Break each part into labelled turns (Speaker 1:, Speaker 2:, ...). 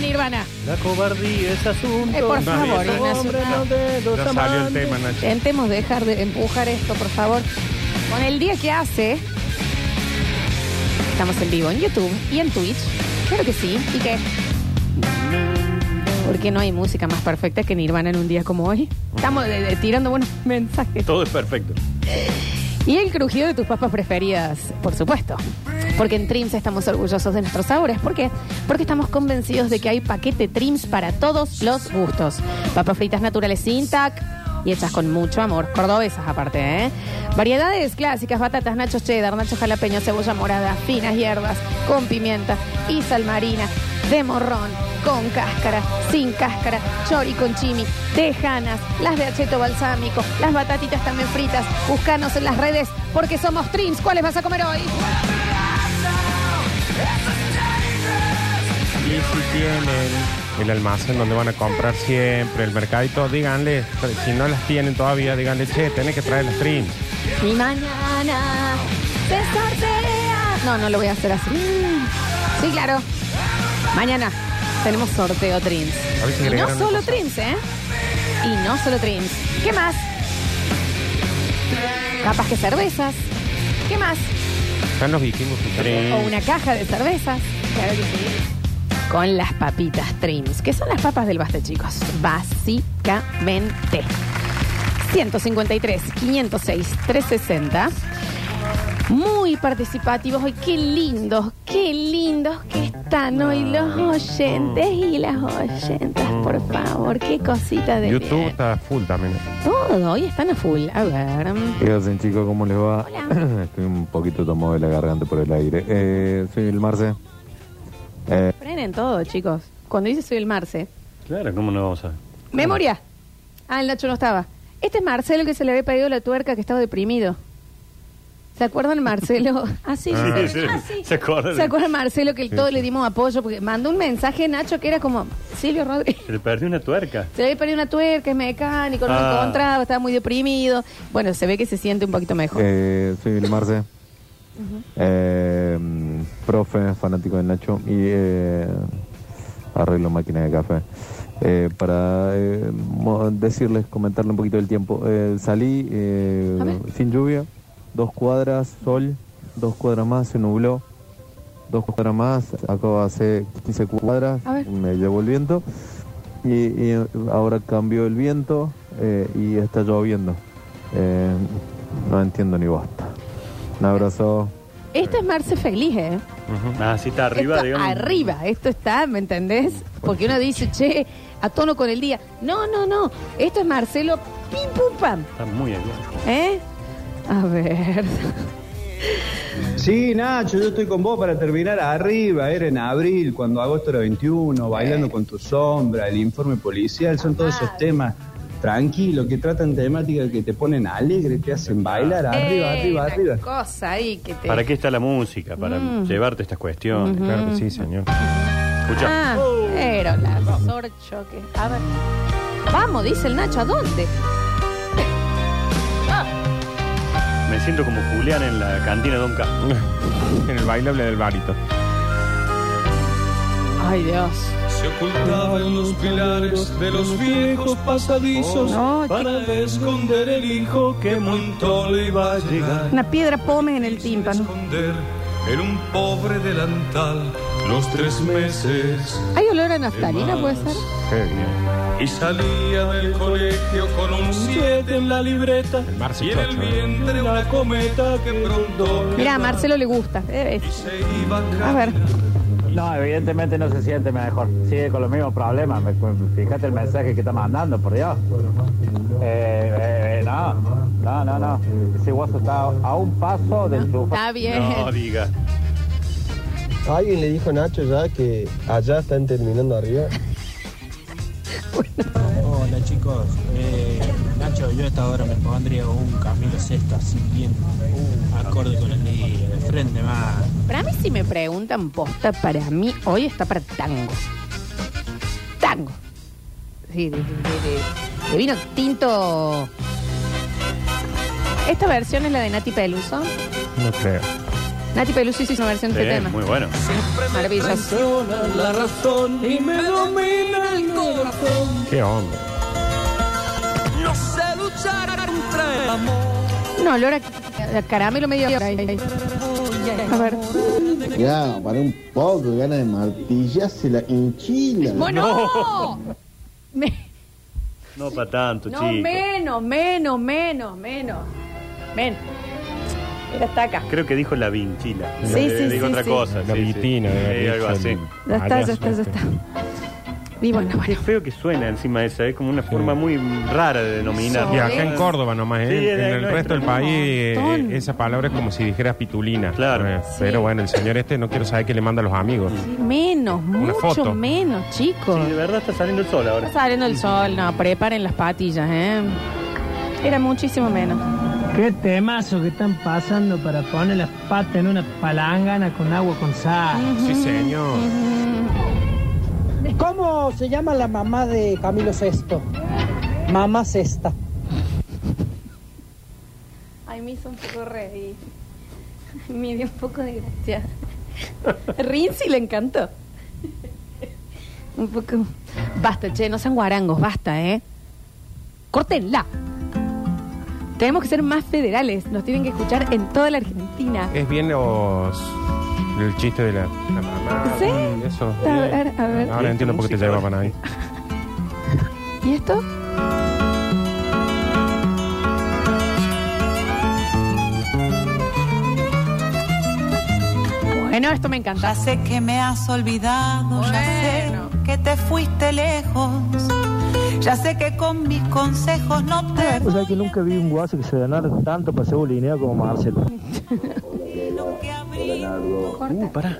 Speaker 1: Nirvana.
Speaker 2: La cobardía es asunto.
Speaker 1: Eh, por
Speaker 2: de
Speaker 1: favor,
Speaker 2: dos
Speaker 1: Ignacio,
Speaker 2: hombres,
Speaker 1: no.
Speaker 2: no de dos
Speaker 3: Ya salió el
Speaker 2: amantes.
Speaker 3: tema, Nacho.
Speaker 1: Intentemos dejar de empujar esto, por favor. Con el día que hace, estamos en vivo en YouTube y en Twitch. Claro que sí. ¿Y qué? Porque no hay música más perfecta que Nirvana en un día como hoy. Estamos de- de- tirando buenos mensajes.
Speaker 3: Todo es perfecto.
Speaker 1: Y el crujido de tus papas preferidas, por supuesto. Porque en Trims estamos orgullosos de nuestros sabores. ¿Por qué? Porque estamos convencidos de que hay paquete Trims para todos los gustos. Papas fritas naturales sin tac y hechas con mucho amor. Cordobesas aparte, ¿eh? Variedades clásicas, batatas, nachos cheddar, nachos jalapeños, cebolla morada, finas hierbas, con pimienta y sal marina, de morrón, con cáscara, sin cáscara, chori con chimi, tejanas, las de acheto balsámico, las batatitas también fritas. Buscanos en las redes porque somos Trims. ¿Cuáles vas a comer hoy?
Speaker 3: Y si tienen el almacén donde van a comprar siempre, el mercadito, díganle, si no las tienen todavía, díganle, che, tenés que traer las trims.
Speaker 1: Y mañana se sortea. No, no lo voy a hacer así. Mm. Sí, claro. Mañana tenemos sorteo Trims.
Speaker 3: A ver
Speaker 1: Y
Speaker 3: si
Speaker 1: no
Speaker 3: agregaron
Speaker 1: solo
Speaker 3: cosas.
Speaker 1: Trims, ¿eh? Y no solo Trims. ¿Qué más? Capaz que cervezas. ¿Qué más?
Speaker 3: Están los vikingos y
Speaker 1: O una caja de cervezas. Claro que sí. Con las papitas Trims, que son las papas del basta, chicos. Básicamente. 153, 506, 360. Muy participativos hoy. Qué lindos, qué lindos que están hoy los oyentes y las oyentas, por favor. Qué cosita de.
Speaker 3: YouTube está full también.
Speaker 1: Todo, hoy están a full. A ver.
Speaker 4: ¿Qué hacen chicos? ¿Cómo les va?
Speaker 1: Hola.
Speaker 4: Estoy un poquito tomado de la garganta por el aire. Eh, soy el Marce. Eh,
Speaker 1: Frenen todo, chicos. Cuando dice soy el Marce.
Speaker 2: Claro, ¿cómo no vamos a...?
Speaker 1: Memoria. Ah, el Nacho no estaba. Este es Marcelo que se le había pedido la tuerca que estaba deprimido. ¿Se acuerdan Marcelo? Ah, sí,
Speaker 3: Ah,
Speaker 1: sí,
Speaker 2: sí.
Speaker 1: ah, sí.
Speaker 2: ¿Se acuerdan?
Speaker 1: ¿Se acuerdan Marcelo que el todo le dimos apoyo? Porque mandó un mensaje Nacho que era como Silvio Rodríguez.
Speaker 2: Se le perdió una tuerca.
Speaker 1: Se le había perdido una tuerca, es mecánico, no lo
Speaker 2: Ah.
Speaker 1: encontraba, estaba muy deprimido. Bueno, se ve que se siente un poquito mejor.
Speaker 4: eh, soy el Marce. Eh, mm, profe, fanático de Nacho. Y eh, arreglo máquina de café. Eh, para eh, mo- decirles, comentarle un poquito del tiempo. Eh, salí eh,
Speaker 1: A ver.
Speaker 4: sin lluvia, dos cuadras, sol, dos cuadras más, se nubló. Dos cuadras más, acá hace 15 cuadras,
Speaker 1: A ver.
Speaker 4: me llevó el viento. Y, y ahora cambió el viento eh, y está lloviendo. Eh, no entiendo ni basta. Un abrazo.
Speaker 1: Este es Marce feliz, ¿eh?
Speaker 2: Ah, sí, está arriba,
Speaker 1: Esto
Speaker 2: digamos.
Speaker 1: Arriba, esto está, ¿me entendés? Porque uno dice, che, a tono con el día. No, no, no. Esto es Marcelo, pim, pum, pam.
Speaker 2: Está muy arriba.
Speaker 1: ¿Eh? A ver.
Speaker 5: Sí, Nacho, yo estoy con vos para terminar arriba. Era en abril, cuando agosto era 21, bailando con tu sombra, el informe policial, son todos esos temas tranquilos que tratan temáticas que te ponen alegre, te hacen bailar arriba,
Speaker 1: Eh,
Speaker 5: arriba,
Speaker 1: una
Speaker 5: arriba.
Speaker 1: cosa ahí que te.
Speaker 2: ¿Para qué está la música? Para
Speaker 1: Mm.
Speaker 2: llevarte estas cuestiones.
Speaker 3: Claro que sí, señor.
Speaker 2: Escucha.
Speaker 1: Ah, pero la sorcho que. A ver. Vamos, dice el Nacho, ¿a dónde?
Speaker 2: Me siento como Julián en la cantina de un Casco.
Speaker 3: en el bailable del barito.
Speaker 1: Ay, Dios.
Speaker 6: Se ocultaba en los pilares de los viejos pasadizos
Speaker 1: No,
Speaker 6: para esconder el hijo que montó le iba a llegar.
Speaker 1: Una piedra pome en el tímpano.
Speaker 6: Esconder en un pobre delantal los tres meses
Speaker 1: ¿Hay olor a naftalina, puede ser?
Speaker 3: Qué bien.
Speaker 6: y salía del colegio con un siete en la libreta
Speaker 3: El mar se
Speaker 6: y en el
Speaker 3: chocha, ¿eh?
Speaker 6: vientre una cometa que pronto
Speaker 1: Mira, a Marcelo le gusta. Debe ser.
Speaker 6: se iba
Speaker 1: A ver.
Speaker 7: No, evidentemente no se siente mejor. Sigue con los mismos problemas. Me- me- Fíjate el mensaje que está mandando, por Dios. Eh, eh, eh, no, no, no, no. Ese guaso está a un paso de enchufar.
Speaker 1: Está bien.
Speaker 2: No, diga.
Speaker 8: ¿Alguien le dijo a Nacho ya que allá están terminando arriba?
Speaker 9: Hola chicos, Eh, Nacho, yo a esta hora me pondría un Camilo Sexto así bien acorde con el día, de frente más.
Speaker 1: Para mí, si me preguntan posta, para mí hoy está para tango. Tango. Sí, de, de- de- de vino tinto. Esta versión es la de Nati Peluso.
Speaker 3: No creo.
Speaker 1: Nati Peluso hizo una versión de
Speaker 2: Sí,
Speaker 1: este tema.
Speaker 2: Eh, muy bueno.
Speaker 1: Maravilloso.
Speaker 6: La razón y me domina el corazón.
Speaker 3: Qué onda.
Speaker 6: No sé luchar contra el amor.
Speaker 1: No, olor a, a caramelo medio. A ver.
Speaker 10: Ya, para un poco, gana de martillarse la enchila.
Speaker 1: Bueno, no. Me-
Speaker 2: No para tanto,
Speaker 1: no,
Speaker 2: chico.
Speaker 1: menos, menos, menos, menos. Menos. Mira, está acá.
Speaker 2: Creo que dijo la vinchila.
Speaker 1: Sí,
Speaker 2: Eh,
Speaker 1: sí,
Speaker 2: dijo
Speaker 1: sí,
Speaker 2: otra
Speaker 1: sí.
Speaker 2: cosa.
Speaker 3: La
Speaker 2: sí, sí.
Speaker 3: vitina.
Speaker 2: Sí,
Speaker 3: de
Speaker 2: algo así.
Speaker 1: Ya está, ya está, ya está. Y bueno,
Speaker 2: Qué
Speaker 1: bueno.
Speaker 2: feo que suena encima esa, es como una forma muy rara de denominar.
Speaker 3: Y acá en Córdoba nomás, ¿eh?
Speaker 2: Sí, es
Speaker 3: en
Speaker 2: de ahí
Speaker 3: el
Speaker 2: nuestro.
Speaker 3: resto del país eh,
Speaker 1: Montón.
Speaker 3: esa palabra es como si dijeras pitulina.
Speaker 2: Claro.
Speaker 3: Eh,
Speaker 1: Sí.
Speaker 3: Pero bueno, el señor este no quiero saber qué le manda a los amigos.
Speaker 1: Menos, mucho
Speaker 3: foto.
Speaker 1: menos, chicos.
Speaker 2: Sí, de verdad está saliendo el sol ahora.
Speaker 1: Está saliendo el sol, no, preparen las patillas, ¿eh? Era muchísimo menos.
Speaker 9: Qué temazo que están pasando para poner las patas en una palangana con agua con sal.
Speaker 3: Sí, señor.
Speaker 9: ¿Cómo se llama la mamá de Camilo Sesto? Mamá Sesta.
Speaker 11: Ay, me hizo un poco reír. Me dio un poco de gracia.
Speaker 1: Rinzi le encantó. Un poco. Basta, che, no sean guarangos, basta, ¿eh? Córtenla. Tenemos que ser más federales. Nos tienen que escuchar en toda la Argentina.
Speaker 3: Es bien los. El chiste de la, la mamá.
Speaker 1: Sí.
Speaker 3: mm, Eso.
Speaker 1: A ver, a ver.
Speaker 3: Ahora entiendo por qué te llevaban ahí.
Speaker 1: ¿Y esto? Bueno, esto me encanta.
Speaker 11: sé que me has olvidado,
Speaker 1: Bueno.
Speaker 11: que te fuiste lejos. Ya sé que con mis consejos no te.
Speaker 9: O sea Eh, pues, que nunca vi un guaso que se ganara tanto para ser bulineo como Marcelo.
Speaker 2: Uh, pará.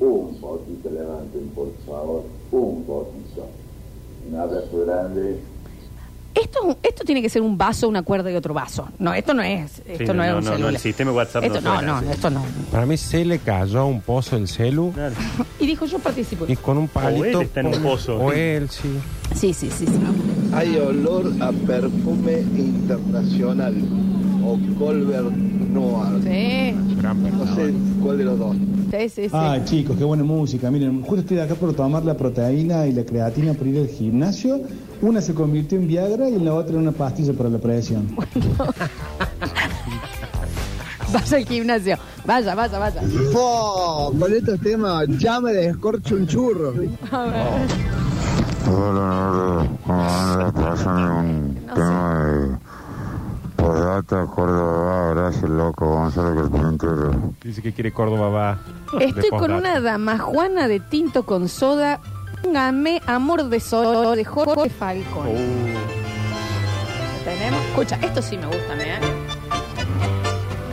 Speaker 10: Un poquito levanten, por favor. Un poquito. Un abrazo grande.
Speaker 1: Esto, esto tiene que ser un vaso, una cuerda y otro vaso. No, esto no es. Esto
Speaker 2: Sí,
Speaker 1: no,
Speaker 2: no,
Speaker 1: es
Speaker 2: no,
Speaker 1: un
Speaker 2: no,
Speaker 1: celular.
Speaker 2: el sistema WhatsApp no
Speaker 1: esto, no,
Speaker 2: suena
Speaker 1: no,
Speaker 2: así.
Speaker 1: esto no.
Speaker 3: Para mí se le cayó a un pozo el celu
Speaker 2: Claro.
Speaker 1: Y dijo, yo participo.
Speaker 3: y con un palito.
Speaker 2: él está en un
Speaker 3: pum,
Speaker 2: pozo.
Speaker 3: O él, sí.
Speaker 1: Sí, sí, sí, sí.
Speaker 10: Hay olor a perfume internacional o Colbert Noir.
Speaker 1: Sí,
Speaker 3: Gran
Speaker 10: No sé cuál de los dos.
Speaker 1: sí, sí. sí.
Speaker 5: Ah, chicos, qué buena música. Miren, justo estoy acá por tomar la proteína y la creatina por ir al gimnasio. Una se convirtió en Viagra y la otra en una pastilla para la presión.
Speaker 1: Vaya al gimnasio. Vaya, vaya, vaya.
Speaker 10: Con estos temas ya me descorcho un churro.
Speaker 1: No sé.
Speaker 3: Dice que quiere Córdoba va. de
Speaker 1: Estoy con
Speaker 3: postdata.
Speaker 1: una dama juana de tinto con soda. Póngame amor de sol de Jorge Falcón. Tenemos. Escucha, esto sí me gusta, ¿me? ¿eh?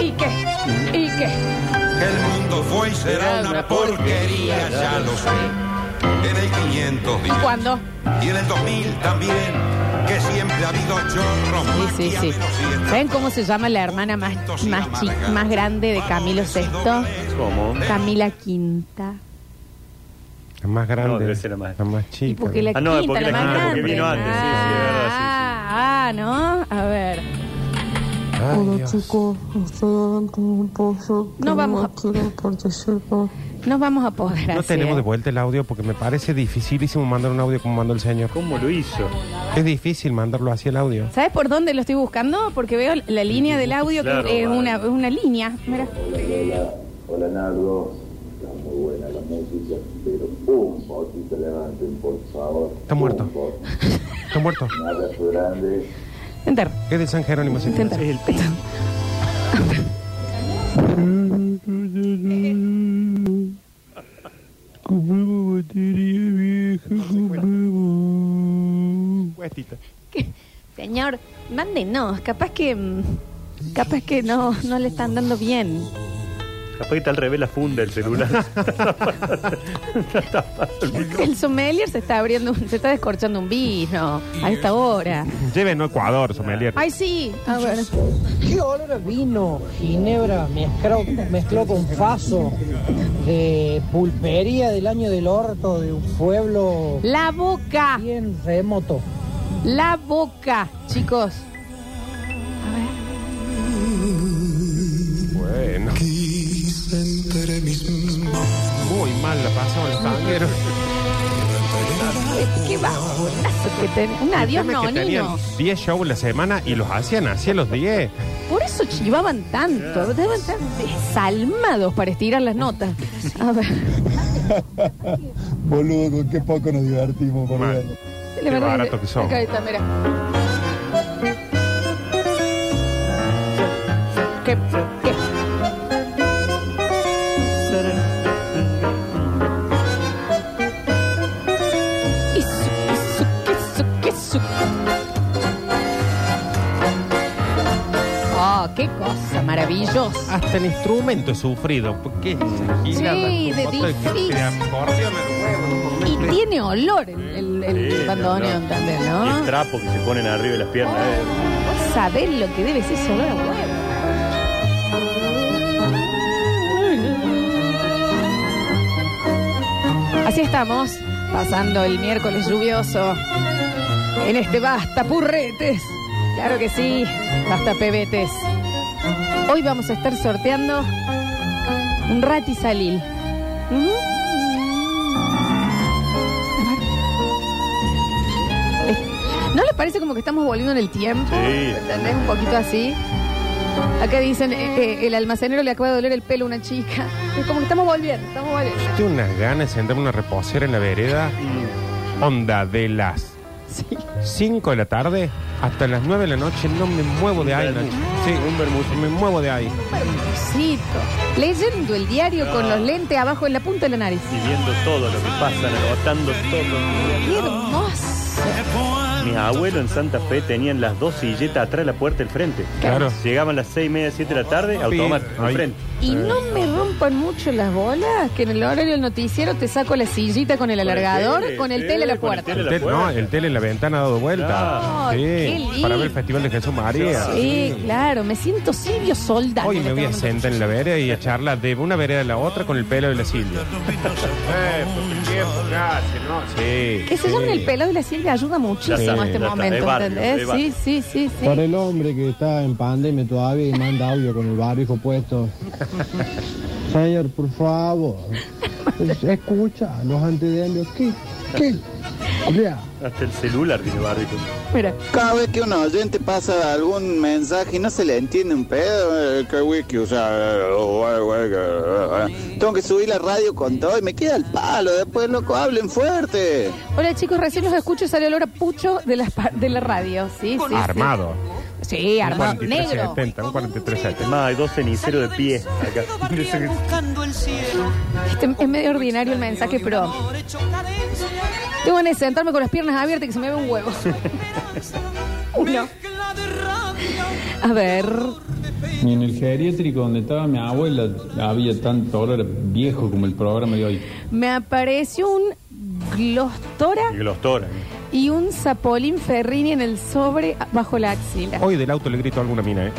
Speaker 1: ¿Y qué? ¿Y qué?
Speaker 6: Que el mundo fue y será una porquería, ya lo sé. En el 500 días.
Speaker 1: ¿Cuándo?
Speaker 6: Y en el 2000 también, que siempre ha habido chorros.
Speaker 1: Sí, sí, sí. ¿Saben cómo se llama la hermana más, más, chi- más grande de Camilo VI?
Speaker 2: ¿Cómo?
Speaker 1: Camila Quinta.
Speaker 3: La más grande.
Speaker 2: No, debe ser la más-
Speaker 3: La más
Speaker 1: Y
Speaker 3: chica.
Speaker 1: porque la
Speaker 2: Ah, no,
Speaker 1: quinta,
Speaker 2: porque
Speaker 1: la
Speaker 2: la
Speaker 1: más
Speaker 2: quinta, porque
Speaker 1: grande.
Speaker 2: vino antes, sí, sí, es verdad, sí, sí.
Speaker 1: ah, ah, ¿no? A ver.
Speaker 3: Ay, Dios.
Speaker 1: No vamos a... No vamos a poder
Speaker 3: No
Speaker 1: hacer.
Speaker 3: tenemos de vuelta el audio porque me parece dificilísimo mandar un audio como mandó el señor.
Speaker 2: ¿Cómo lo hizo?
Speaker 3: Es difícil mandarlo así el audio.
Speaker 1: ¿Sabes por dónde lo estoy buscando? Porque veo la línea del audio
Speaker 2: Claro,
Speaker 1: que es
Speaker 2: vale.
Speaker 1: una, es una línea. Mira.
Speaker 10: Hola, hola Nardo. Está muy buena la música, pero un poquito levanten, por favor.
Speaker 3: Está muerto.
Speaker 10: Un poquito.
Speaker 3: Está muerto.
Speaker 10: Un abrazo grande.
Speaker 1: Enter.
Speaker 3: Es de San Jerónimo. sí.
Speaker 1: Enter.
Speaker 3: Cuestita.
Speaker 1: Señor, mándenos. Capaz que. mm, Capaz que no, no le están dando bien.
Speaker 2: Capaz que está al revés la funda el celular.
Speaker 1: El sommelier se está abriendo, un- se está descorchando un vino a esta hora.
Speaker 3: Llévenlo a Ecuador, sommelier.
Speaker 1: Ay, sí. A ver.
Speaker 9: ¿Qué olor a vino? Ginebra mezclado, mezclado con faso de pulpería del año del orto de un pueblo
Speaker 1: La boca.
Speaker 9: bien remoto.
Speaker 1: La boca, chicos.
Speaker 3: Bueno. mal la pasamos los tangueros.
Speaker 1: Qué bajonazo que tenés. Un adiós
Speaker 3: Dime que tenían
Speaker 1: nonino.
Speaker 3: 10 shows la semana y los hacían así a los 10.
Speaker 1: Por eso chivaban tanto. Deben estar desalmados para estirar las notas. A ver.
Speaker 12: Boludo, con qué poco nos divertimos, por
Speaker 3: Mal.
Speaker 12: Dios.
Speaker 1: Le
Speaker 3: Qué
Speaker 1: van a-
Speaker 3: barato que son.
Speaker 1: Acá está, mira. ¿Qué? ¿Qué? Isu, isu, isu, isu. Oh, qué cosa maravillosa.
Speaker 3: Hasta el instrumento es sufrido. ¿Por qué?
Speaker 1: Sí, de difícil. Y tiene olor el, el, el
Speaker 2: Sí,
Speaker 1: bandoneón
Speaker 2: no.
Speaker 1: también,
Speaker 2: Y el
Speaker 1: ¿no?
Speaker 2: trapo que se ponen arriba de las piernas. eh.
Speaker 1: Vos sabés lo que debe ser ese olor a huevo. Así estamos, pasando el miércoles lluvioso en este basta purretes. Claro que sí, basta pebetes. Hoy vamos a estar sorteando un Mm. ratisalil. Ujú. A ver. Eh, ¿No les parece como que estamos volviendo en el tiempo?
Speaker 2: Sí.
Speaker 1: ¿Entendés? Un poquito así. Acá dicen, eh, eh, el almacenero le acaba de doler el pelo a una chica. Es como que estamos volviendo, estamos volviendo.
Speaker 3: Tengo unas ganas de sentarme en una reposera en la vereda.
Speaker 1: Mm.
Speaker 3: Onda de las 5 de la tarde hasta las 9 de la noche. No me muevo de ahí, Nacho. Sí, un vermuzo. Me muevo de ahí.
Speaker 1: Hermosito. Leyendo el diario con los lentes abajo en la punta de la nariz.
Speaker 2: Y viendo todo lo que pasa, anotando
Speaker 1: ¡Qué
Speaker 2: todo.
Speaker 1: hermoso!
Speaker 2: Mis abuelos en Santa Fe tenían las dos silletas atrás de la puerta del frente.
Speaker 3: Claro.
Speaker 2: Llegaban las seis y media, siete de la tarde, automático, al
Speaker 3: Ahí.
Speaker 2: frente.
Speaker 1: Y no me rompan mucho las bolas, que en el horario del noticiero te saco la sillita con el
Speaker 2: el
Speaker 1: alargador,
Speaker 2: tele,
Speaker 1: con el
Speaker 2: sí,
Speaker 1: tele a la
Speaker 2: con el
Speaker 1: puerta.
Speaker 2: tele.
Speaker 3: El tele- no, el tele en la ventana ha dado vuelta.
Speaker 1: Claro.
Speaker 3: Sí,
Speaker 1: Qué lindo.
Speaker 3: para ver el Festival de Jesús María.
Speaker 1: Sí, claro, me siento Silvio este Soldado.
Speaker 3: Hoy me voy a sentar en la vereda y a charlar de una vereda a la otra con el pelo de la Silvia. Sí.
Speaker 1: Que se llamen el pelo de la Silvia ayuda
Speaker 3: Ya
Speaker 1: muchísimo
Speaker 3: está,
Speaker 1: en este
Speaker 3: ya está,
Speaker 1: momento,
Speaker 3: es barrio,
Speaker 1: ¿entendés?
Speaker 3: es barrio.
Speaker 1: Sí, sí, sí, sí.
Speaker 12: Para el hombre que está en pandemia todavía y manda audio con el barbijo puesto. Señor, por favor, escucha los antediarios. ¿Qué? ¿Qué? Habla.
Speaker 2: Hasta el celular tiene barbito.
Speaker 1: Mira.
Speaker 13: Cada vez que un oyente pasa algún mensaje y no se le entiende un pedo, eh, que wiki, o sea, eh, oh, eh, eh, eh, eh. tengo que subir la radio con todo y me queda el palo. Después, loco, hablen fuerte.
Speaker 1: Hola chicos, recién los escucho y sale olor a pucho de la, de la radio. Sí, sí, sí.
Speaker 3: Armado.
Speaker 1: Sí, armado. Negro.
Speaker 3: 4370, un 4370.
Speaker 2: Más, Este, hay dos ceniceros de pie acá.
Speaker 11: Buscando el cielo.
Speaker 1: Este es medio ordinario el mensaje, pero. Tengo ganas de sentarme con las piernas abiertas y que se me ve un huevo. Uno. A ver.
Speaker 5: Ni en el geriátrico donde estaba mi abuela había tanto olor viejo como el programa de hoy.
Speaker 1: Me apareció un glostora
Speaker 2: Glostora.
Speaker 1: y un zapolín ferrini en el sobre bajo la axila.
Speaker 14: Oh,
Speaker 3: Hoy del auto le grito a alguna mina, ¿eh?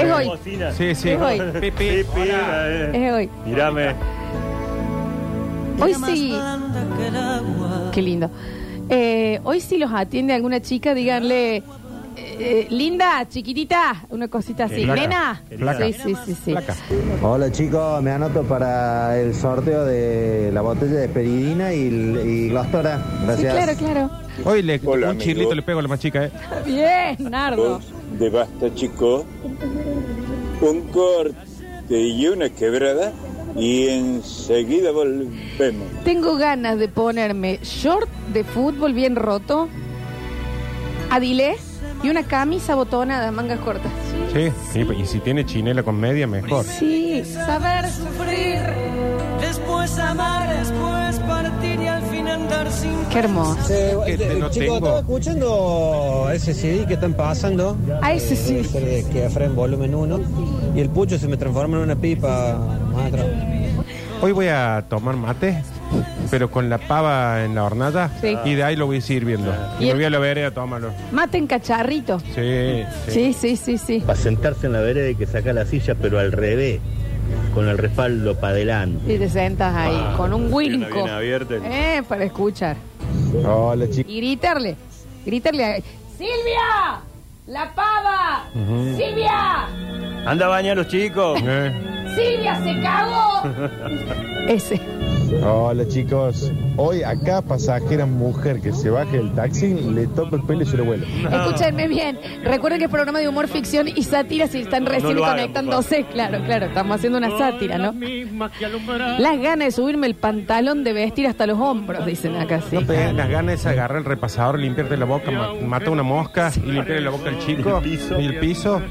Speaker 1: Es hoy.
Speaker 3: Sí, sí.
Speaker 1: Es hoy.
Speaker 3: Pepe.
Speaker 2: eh.
Speaker 1: Es hoy.
Speaker 2: Mírame.
Speaker 1: Hoy sí. Qué lindo. Eh, hoy sí los atiende alguna chica, díganle. eh, eh, linda, chiquitita, una cosita así.
Speaker 14: Flaca.
Speaker 1: Nena.
Speaker 14: Flaca.
Speaker 1: Sí, sí, sí. sí.
Speaker 14: Hola chicos, me anoto para el sorteo de la botella de peridina y, y Glostora.
Speaker 1: Sí,
Speaker 14: Gracias.
Speaker 1: claro, claro.
Speaker 3: Hoy le, un
Speaker 14: amigo.
Speaker 3: chirlito le pego a la más chica, ¿eh?
Speaker 1: Bien, Nardo.
Speaker 15: de basta, chico. Un corte y una quebrada y enseguida volvemos.
Speaker 1: Tengo ganas de ponerme short de fútbol bien roto, adilé y una camisa botonada, mangas cortas.
Speaker 3: Sí. sí, Y si tiene chinela con media, mejor.
Speaker 1: Sí,
Speaker 11: Saber sufrir, después amar, después partir y al fin andar sin.
Speaker 1: Qué hermoso.
Speaker 8: Che,
Speaker 3: Que te- Este, no
Speaker 8: chicos,
Speaker 3: tengo.
Speaker 8: estaba escuchando ese CD que están pasando.
Speaker 1: Ah, ese sí.
Speaker 8: Debe ser de Que en volumen 1. Y el pucho se me transforma en una pipa. maestro.
Speaker 3: Hoy voy a tomar mate, pero con la pava en la hornata.
Speaker 1: Sí.
Speaker 3: Y de ahí lo voy a ir sirviendo.
Speaker 1: Y
Speaker 3: Y me
Speaker 1: el-
Speaker 3: voy a la vereda, tómalo.
Speaker 1: Maten cacharrito.
Speaker 3: Sí,
Speaker 1: Sí, sí, sí, sí.
Speaker 16: Para sentarse en la vereda hay que sacar la silla, pero al revés, con el respaldo para adelante.
Speaker 1: Y te sentas ahí
Speaker 16: Ah,
Speaker 1: con un
Speaker 16: pierna
Speaker 1: winco.
Speaker 16: bien abierta.
Speaker 1: Eh, para escuchar.
Speaker 14: Hola chicos.
Speaker 1: Y gritarle. Gritarle a... ¡Silvia! ¡La pava! ¡Silvia!
Speaker 3: Eh,
Speaker 2: Anda a bañar los chicos.
Speaker 1: Silvia se cagó. Ese.
Speaker 17: Hola chicos, hoy acá pasajera mujer que se baje del taxi, le topa el pelo y se lo vuela.
Speaker 1: Escúchenme bien. Recuerden que es programa de humor, ficción y sátira si están recién
Speaker 17: lo hagan,
Speaker 1: conectándose. Claro, claro. Estamos haciendo una sátira, ¿no? Las ganas de subirme el pantalón de vestir hasta los hombros, dicen acá. Sí.
Speaker 3: No te den las ganas es agarrar el repasador, limpiarte la boca, ma- mata una mosca y limpiarle la boca al chico y el piso.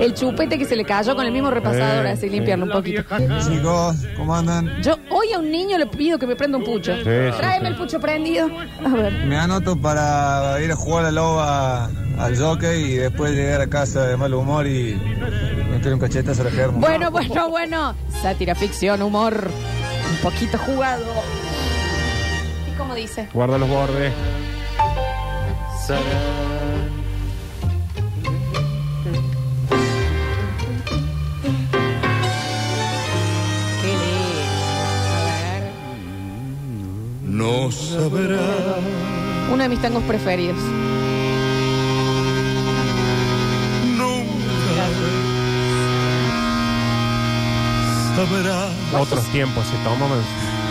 Speaker 1: El chupete que se le cayó con el mismo repasador,
Speaker 3: Eh,
Speaker 1: así limpiarlo un poquito.
Speaker 18: Chicos, ¿cómo andan?
Speaker 1: Yo hoy a un niño le pido que me prenda un pucho.
Speaker 18: Sí, sí,
Speaker 1: Tráeme
Speaker 18: sí.
Speaker 1: el pucho prendido. A ver.
Speaker 18: Me anoto para ir a jugar a loba al jockey y después llegar a casa de mal humor y meter un cachetazo a la germo.
Speaker 1: Bueno, bueno, bueno. Sátira, ficción, humor. Un poquito jugado. ¿Y cómo dice?
Speaker 3: Guarda los bordes.
Speaker 1: Qué lindo.
Speaker 6: No sabrá.
Speaker 1: Uno de mis tangos preferidos.
Speaker 6: Sabrá.
Speaker 3: Otros tiempos se toman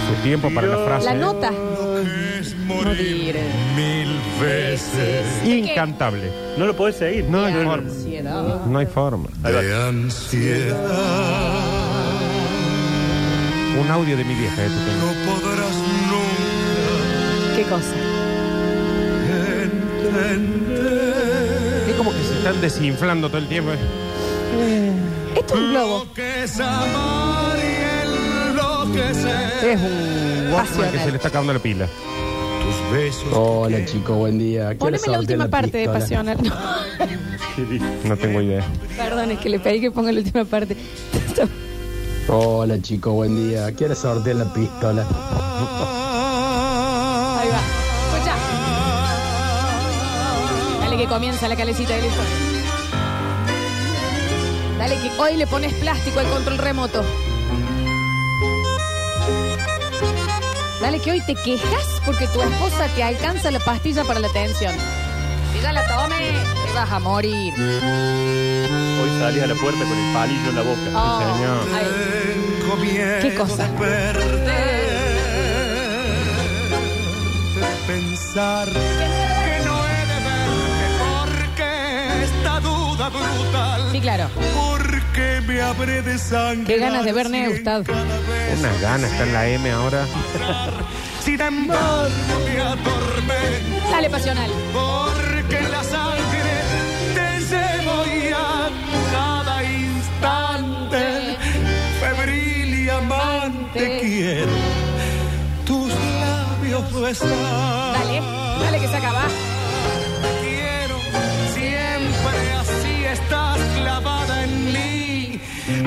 Speaker 3: su tiempo para la
Speaker 6: ¿Ah,
Speaker 3: frase. ¿eh?
Speaker 1: La nota. Morir.
Speaker 6: Mil veces.
Speaker 3: Incantable.
Speaker 2: No lo podés seguir.
Speaker 3: No hay
Speaker 1: De
Speaker 3: forma.
Speaker 1: ansiedad.
Speaker 3: No hay forma.
Speaker 2: De
Speaker 6: ansiedad.
Speaker 3: Un audio de mi vieja. este tema.
Speaker 6: Podrás nunca
Speaker 1: Qué cosa.
Speaker 6: entender.
Speaker 3: Es como que se están desinflando todo el tiempo. eh.
Speaker 1: Esto es un globo.
Speaker 6: que es amar y enloquecer.
Speaker 1: Es un
Speaker 3: Que se le está acabando la pila.
Speaker 6: Tus besos.
Speaker 19: Hola chicos, buen día.
Speaker 1: Poneme la última parte de Pasional. No,
Speaker 3: No tengo idea.
Speaker 1: perdón, es que le pedí que ponga la última parte.
Speaker 19: Hola chicos, buen día. ¿Quieres sortear la pistola?
Speaker 1: Ahí va. Escucha. Dale que comienza la calecita del listo. Dale que hoy le pones plástico al control remoto. Dale que hoy te quejas porque tu esposa te alcanza la pastilla para la tensión. Si ya la tome, te vas a morir.
Speaker 2: Hoy salís a la puerta con el palillo en la boca.
Speaker 1: Oh,
Speaker 2: Señor.
Speaker 1: ay. Qué cosa.
Speaker 6: Pensar que no he de verte porque esta duda brutal.
Speaker 1: Sí, claro.
Speaker 6: Porque me habré de sangre.
Speaker 1: Qué ganas de ver Neustad.
Speaker 3: Unas ganas, está en la M ahora.
Speaker 6: Si de embargo me atormento.
Speaker 1: Dale, pasional.
Speaker 6: Porque la sangre te cebolla cada instante. Febril y amante quiero tus labios besar.
Speaker 1: Dale, dale que se acaba.
Speaker 6: Quiero siempre así estás clavada en mí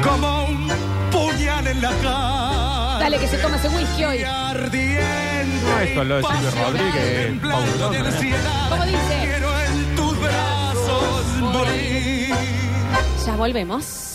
Speaker 6: como un puñal en la cara.
Speaker 1: Dale que se toma ese whisky hoy.
Speaker 6: Ardiente.
Speaker 3: No, esto lo de Silvio Rodríguez. Paulón, ¿eh?
Speaker 1: ¿Cómo dice?
Speaker 6: Quiero en tus brazos morir.
Speaker 1: Ya volvemos.